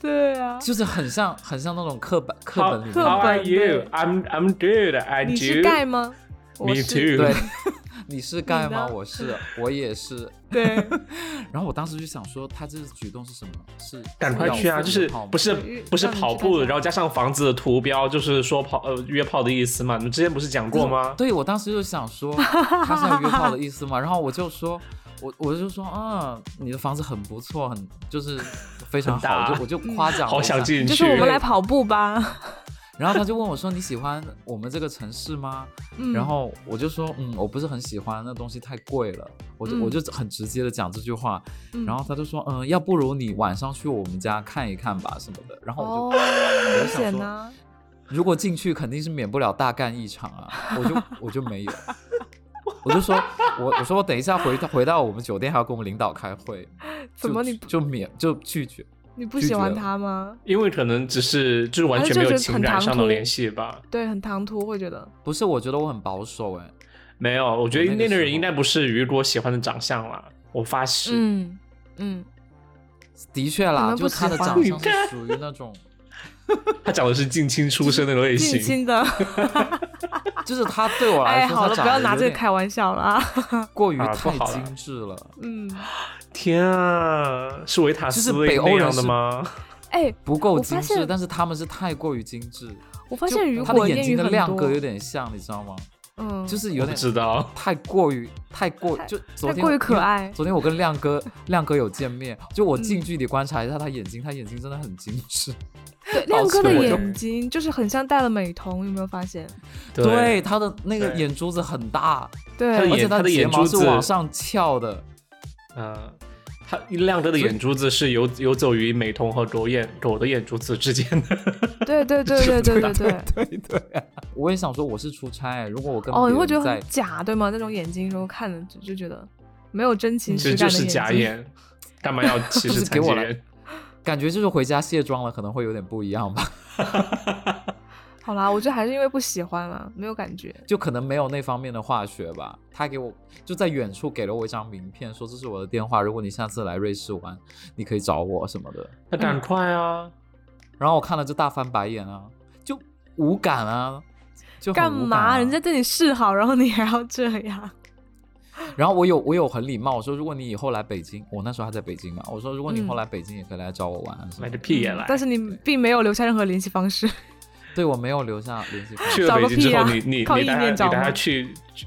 对啊，就是很像很像那种课本 课本里面 How 的， are 课本 you? 对 I'm I'm good. I do. 你是盖吗？我 Me 是 too. 对， 你是盖你吗？呢我是，我也是。 对，然后我当时就想说，他这个举动是什么？是赶快去啊！要就是放炮吗不是对不是让你跑知道步，它然后加上房子的图标，就是说跑呃约炮的意思嘛？你们之前不是讲过吗？对，我当时就想说， 他是要约炮的意思吗？然后我就说，我我就说啊，你的房子很不错，很就是非常很大好，就我就夸奖了一下。好想进就去。是我们来跑步吧。 然后他就问我说，你喜欢我们这个城市吗？嗯，然后我就说，嗯，我不是很喜欢，那东西太贵了。我嗯就、我就很直接的讲这句话，嗯，然后他就说，嗯，要不如你晚上去我们家看一看吧什么的。然后我就、哦，我危就想险啊说，呐，如果进去肯定是免不了大干一场啊，我就我就没有，我就说我我说我等一下回到回到我们酒店还要跟我们领导开会，怎就么你不就免就拒绝？你不拒喜绝欢了他吗？因为可能只是就是完啊还是全没有就是情很感唐上的突联系吧。对，很唐突，会觉得不是，我觉得我很保守哎、没有，我觉我得哦那个那个时人候应该不是雨果喜欢的长相啦，我发誓。嗯嗯，的确可啦，能就不他的喜欢长相是属于那种，他长得是近亲出身的类近型，亲 的，就是他对我来哎，说，好了，他不要长拿得这有个开点玩笑了啊。过于啊不太好啦精致了。嗯，天啊，是维塔就斯是北欧那人样的是吗？哎，不够我精发致，现但是他们是太过于精致。我发就现如他果的眼艳睛遇的很亮多哥，有点像，你知道吗？嗯，就是我有不点知道，太过于太过太就昨天过于我可因为爱昨天我跟亮哥 亮哥有见面，就我嗯近距离观察一下他眼睛，他眼睛真的很精致。 对亮保哥持的我就眼睛就是很像戴了美瞳，有没有发现？对，他的那个对眼珠子很大，对，他的而眼且他的睫眼毛珠是子往上翘 的。嗯，他亮哥的眼珠子是游游走于美瞳和狗眼狗的眼珠子之间的。对对对对对对对。对对、 我也想说我是出差，如果我跟哦，你别会觉得人很在，假，对吗？那种眼睛，然后看了就就觉得没有真嗯情实其实感嗯就的是假睛。眼，干嘛要歧就视是给残疾我人？感觉就是回家卸妆了，可能会有点不一样吧， 好啦，我觉得还是因为不喜欢了，没有感觉。就可能没有那方面的化学吧。他给我就在远处给了我一张名片，说这是我的电话，如果你下次来瑞士玩，你可以找我什么的。那赶快啊！然后我看了就大翻白眼啊，就无感啊，就很干无嘛？感啊人家对你示好，然后你还要这 样？然后我有我有很礼貌，我说如果你以后来北京，我那时候还在北京嘛，我说如果你以后嗯来北京也可以来找我玩啊什么买的。个屁也来！但是你并没有留下任何联系方式。对我没有留下联系 方式， 去了找北个京之屁后，啊你你你靠带意他念你带找他吗去去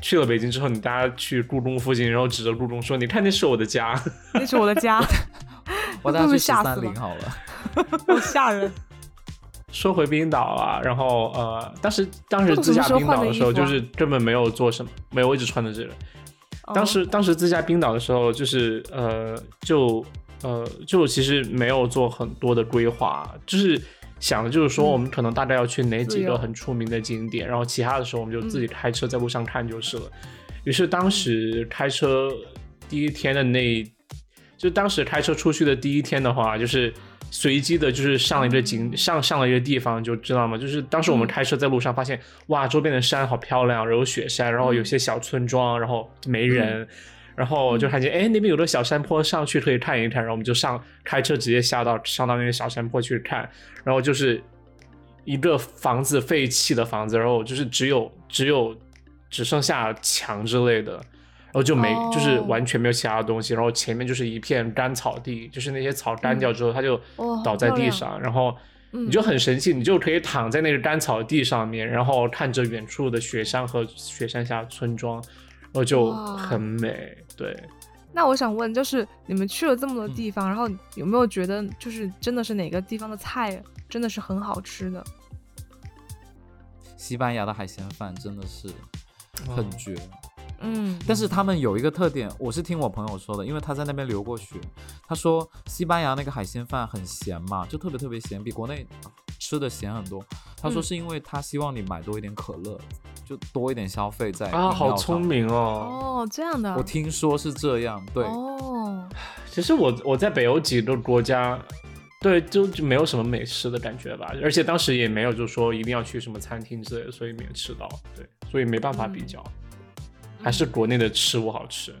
去了北京之后，你带他去故宫附近，然后指着故宫说：“你看，那是我的家。 那是我的 家，我带他会不去会十吓死三陵了好了。好吓人。”说回冰岛啊，然后呃，当时当时这个自什么驾时候冰换岛的的衣时候，服就啊是根本没有做什么，没有，我一直穿着这个。哦当时当时自驾冰岛的时候，就是呃，就呃，就其实没有做很多的规划，就是想的就是说，嗯我们可能大概要去哪自几个由嗯很出名的景点，然后其他的时候我们就自己开车在路上看就是了。于是当时开车第一天的那，就当时开车出去的第一天的话，就是随机的，就是上了一个景，上上了一个地方，就知道吗？就是当时我们嗯开车在路上发现，哇，周边的山好漂亮，然后有雪山，然后嗯有些小村庄，然后没人。然后嗯就看见，哎，那边有个小山坡，上去可以看一看。然后我们就上开车直接下到上到那个小山坡去看。然后就是一个房子废弃的房子，然后就是只有只有只剩下墙之类的，后就没哦就是完全没有其他的东西，然后前面就是一片干草地，就是那些草干掉之后，它就嗯哇倒好在漂地亮上，然后嗯你就很神奇，你就可以躺在那个干草地上面，然后看着远处的雪山和雪山下村庄，然后就哇很美，对。那我想问，就是你们去了这么多嗯地方，然后有没有觉得，就是真的是哪个地方的菜真的是很好吃的？西班牙的海鲜饭真的是很绝。嗯，但是他们有一个特点，我是听我朋友说的，因为他在那边留过学，他说西班牙那个海鲜饭很咸嘛，就特别特别咸，比国内吃的咸很多。他说嗯是因为他希望你买多一点可乐，就多一点消费在饮啊，料好上聪！明哦！哦，这样的，我听说是这样，对，哦，其实我我在北欧几个国家，对，就就没有什么美食的感觉吧，而且当时也没有就说一定要去什么餐厅之类的，所以没有吃到，对，所以没办法比嗯较，还是国内的吃物好嗯吃。嗯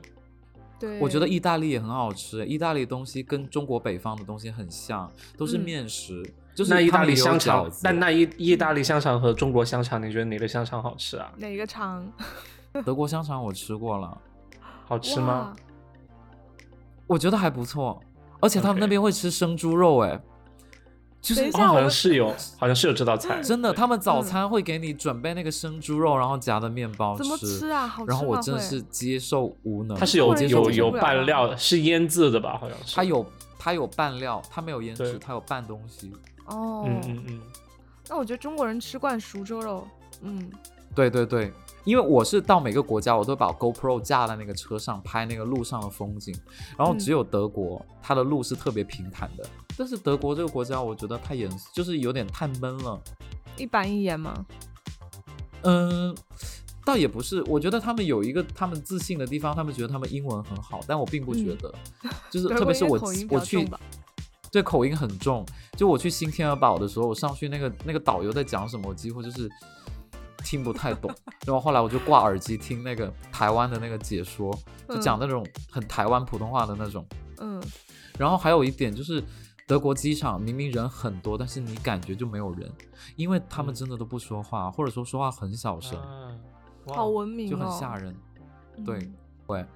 对，我觉得意大利也很好吃，意大利东西跟中国北方的东西很像，都是嗯面食，就是那意大他们利也有香饺肠子，但那意意大利香肠和中国香肠，你觉得哪个香肠好吃啊？哪个肠德国香肠我吃过了，好吃吗？？哇我觉得还不错，而且他们 OK 那边会吃生猪肉，哎，就等一是下哦，嗯好我像们是有，好像是有这道菜。真的，对他们早餐会给你准备那个生猪肉，然后夹的面包怎么吃啊？好吃吗？然后我真的会是接受无能，它是中有国人有接受有不了拌吧料，是腌制的吧？好像是。它，有它有拌料，它没有腌制，对它有拌东西。哦，嗯嗯嗯，那我觉得中国人吃惯熟猪肉，嗯，对对对，因为我是到每个国家，我都把 GoPro 架在那个车上拍那个路上的风景，然后嗯只有德国，它的路是特别平坦的。但是德国这个国家，我觉得太严，就是有点太闷了。一板一眼嘛，嗯，倒也不是，我觉得他们有一个他们自信的地方，他们觉得他们英文很好，但我并不觉嗯得，就是德特国别是应该我口音比我较去重吧，对口音很重，就我去新天鹅堡的时候，我上去那个那个导游在讲什么，我几乎就是听不太 懂，然后后来我就挂耳机听那个台湾的那个解说，就讲那种很台湾普通话的那种，嗯，然后还有一点就是。德国机场明明人很多，但是你感觉就没有人，因为他嗯们真的都不说话，或者说说话很小声。啊哇好文明就哦，很吓人。对嗯，对，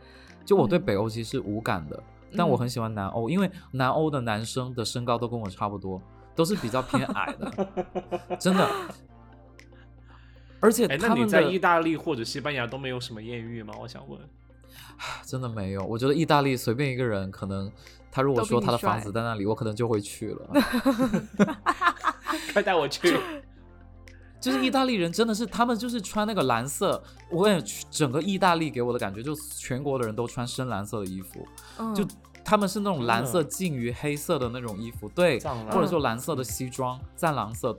就我对嗯北欧其实是无感的，但我很喜欢南欧，因为南欧的男生的身高都跟我差不多，都是比较偏矮的， 真的。而且哎，他那你们在的意大利或者西班牙都没有什么艳遇吗？我想问。真的没有，我觉得意大利随便一个人，可能他如果都比说你他的房帅子在那里，我可能就会去了。 快带我 去！就是意大利人真的是，他们就是穿那个蓝色，我也整个意大利给我的感觉，就全国的人都穿深蓝色的衣服，嗯，就他们是那种蓝色真近于黑色的那种衣服，对，嗯藏蓝或者说蓝色的西装，藏蓝色，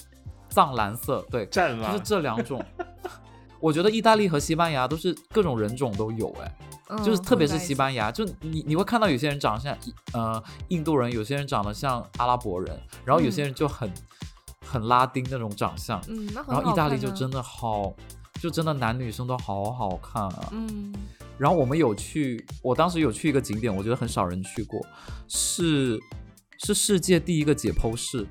藏蓝色，对，就战是狼，这两种。 我觉得意大利和西班牙都是各种人种都有，哎，嗯就是特别是西明白班牙，就你你会看到有些人长得像呃印度人，有些人长得像阿拉伯人，然后有些人就很、很拉丁那种长相，嗯，那很然后好意大利看就啊真的好，就真的男女生都好好看啊，嗯然后我们有去，我当时有去一个景点，我觉得很少人去过，是是世界第一个解剖室，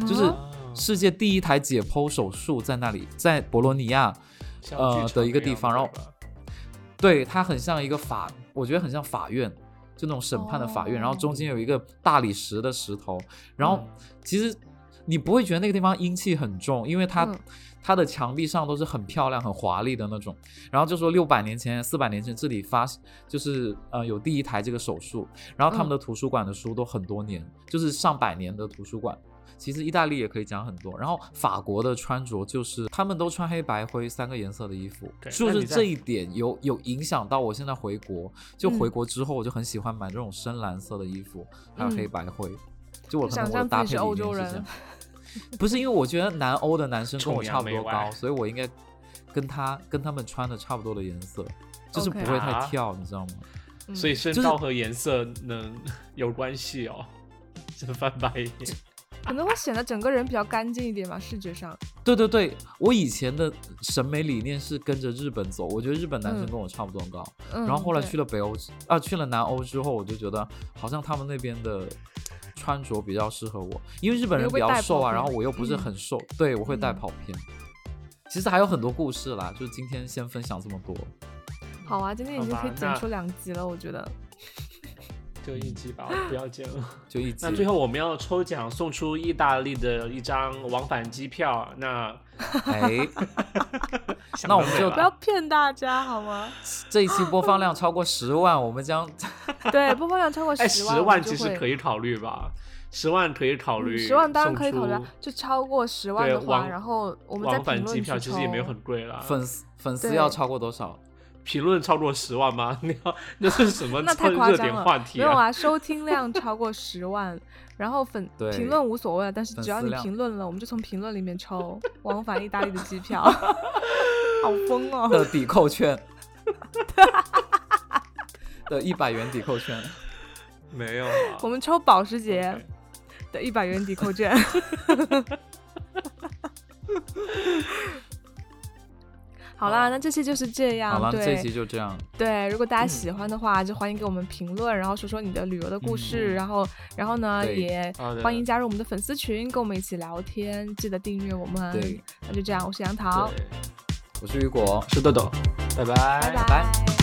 就是啊嗯世界第一台解剖手术在那里，在博洛尼亚，像呃剧场的一个那地样方然后对吧对，它很像一个法，我觉得很像法院，就那种审判的法院，然后中间有一个大理石的石头，然后其实你不会觉得那个地方阴气很重，因为它、嗯它的墙壁上都是很漂亮、很华丽的那种。然后就说六百年前、四百年前这里发就是呃有第一台这个手术，然后他们嗯的图书馆的书都很多年，就是上百年的图书馆。其实意大利也可以讲很多，然后法国的穿着就是他们都穿黑白灰三个颜色的衣服，对就那是你在这一点有有影响到我现在回国，就回嗯国之后我就很喜欢买这种深蓝色的衣服，还有嗯黑白灰，就我就可能想我的象搭自己配是欧理洲念是人 这样，不是因为我觉得南欧的男生跟我崇洋差不媚多外高，所以我应该跟他跟他们穿的差不多的颜色，就是不 OK 会太啊跳，你知道吗？嗯 所以身就是高和颜色能 有关系哦。真翻白眼，可能会显得整个人比较干净一点吧，视觉上。对对对，我以前的审美理念是跟着日本走，我觉得日本男嗯生跟我差不多高，嗯，然后后来去了，了北欧之啊，去了南欧之后，我就觉得好像他们那边的穿着比较适合我，因为日本你人比会较带跑瘦啊，偏然后我又不是嗯很瘦，对我会带嗯跑偏。其实还有很多故事啦，就是今天先分享这么多。好啊，今天已经可以剪出两集了，我觉得。就一集吧，不要剪了。就一集 那。最后我们要抽奖送出意大利的一张往返机票，啊那哎，想啊那我得们美就吧不要骗大家好吗？这一期播放量超过十万，我 们将，对，播放量超过哎，十十我们万就其实会嗯可以考虑吧，十万可以考虑，十万当然可以考虑啊送出，就超过十万对的话，往然后我们在往返评论机区票其实也没有抽很贵啦粉丝粉丝对要超过多少？评论超过十万吗？ 你 要那是什么那太夸热张点了，话题没有？ 啊，收听量超过十万，然后粉对评论无所谓了，但是只要粉丝你量评论了，我们就从评论里面抽往返意大利的机 票，好疯哦！的抵扣 券，的一百元抵扣券，没有啊，我们抽保时 OK 捷的一百元抵扣 券。好啦，那这期就是这样。好了，对这一期就嗯这样。对，如果大家喜欢的话，就欢迎给我们评论，然后说说你的旅游的故事，然后，然后呢，嗯对也好的欢迎加入我们的粉丝群，跟我们一起聊天，记得订阅我们。对，那就这样，我是杨桃，对我是雨果，是豆豆，拜拜拜拜拜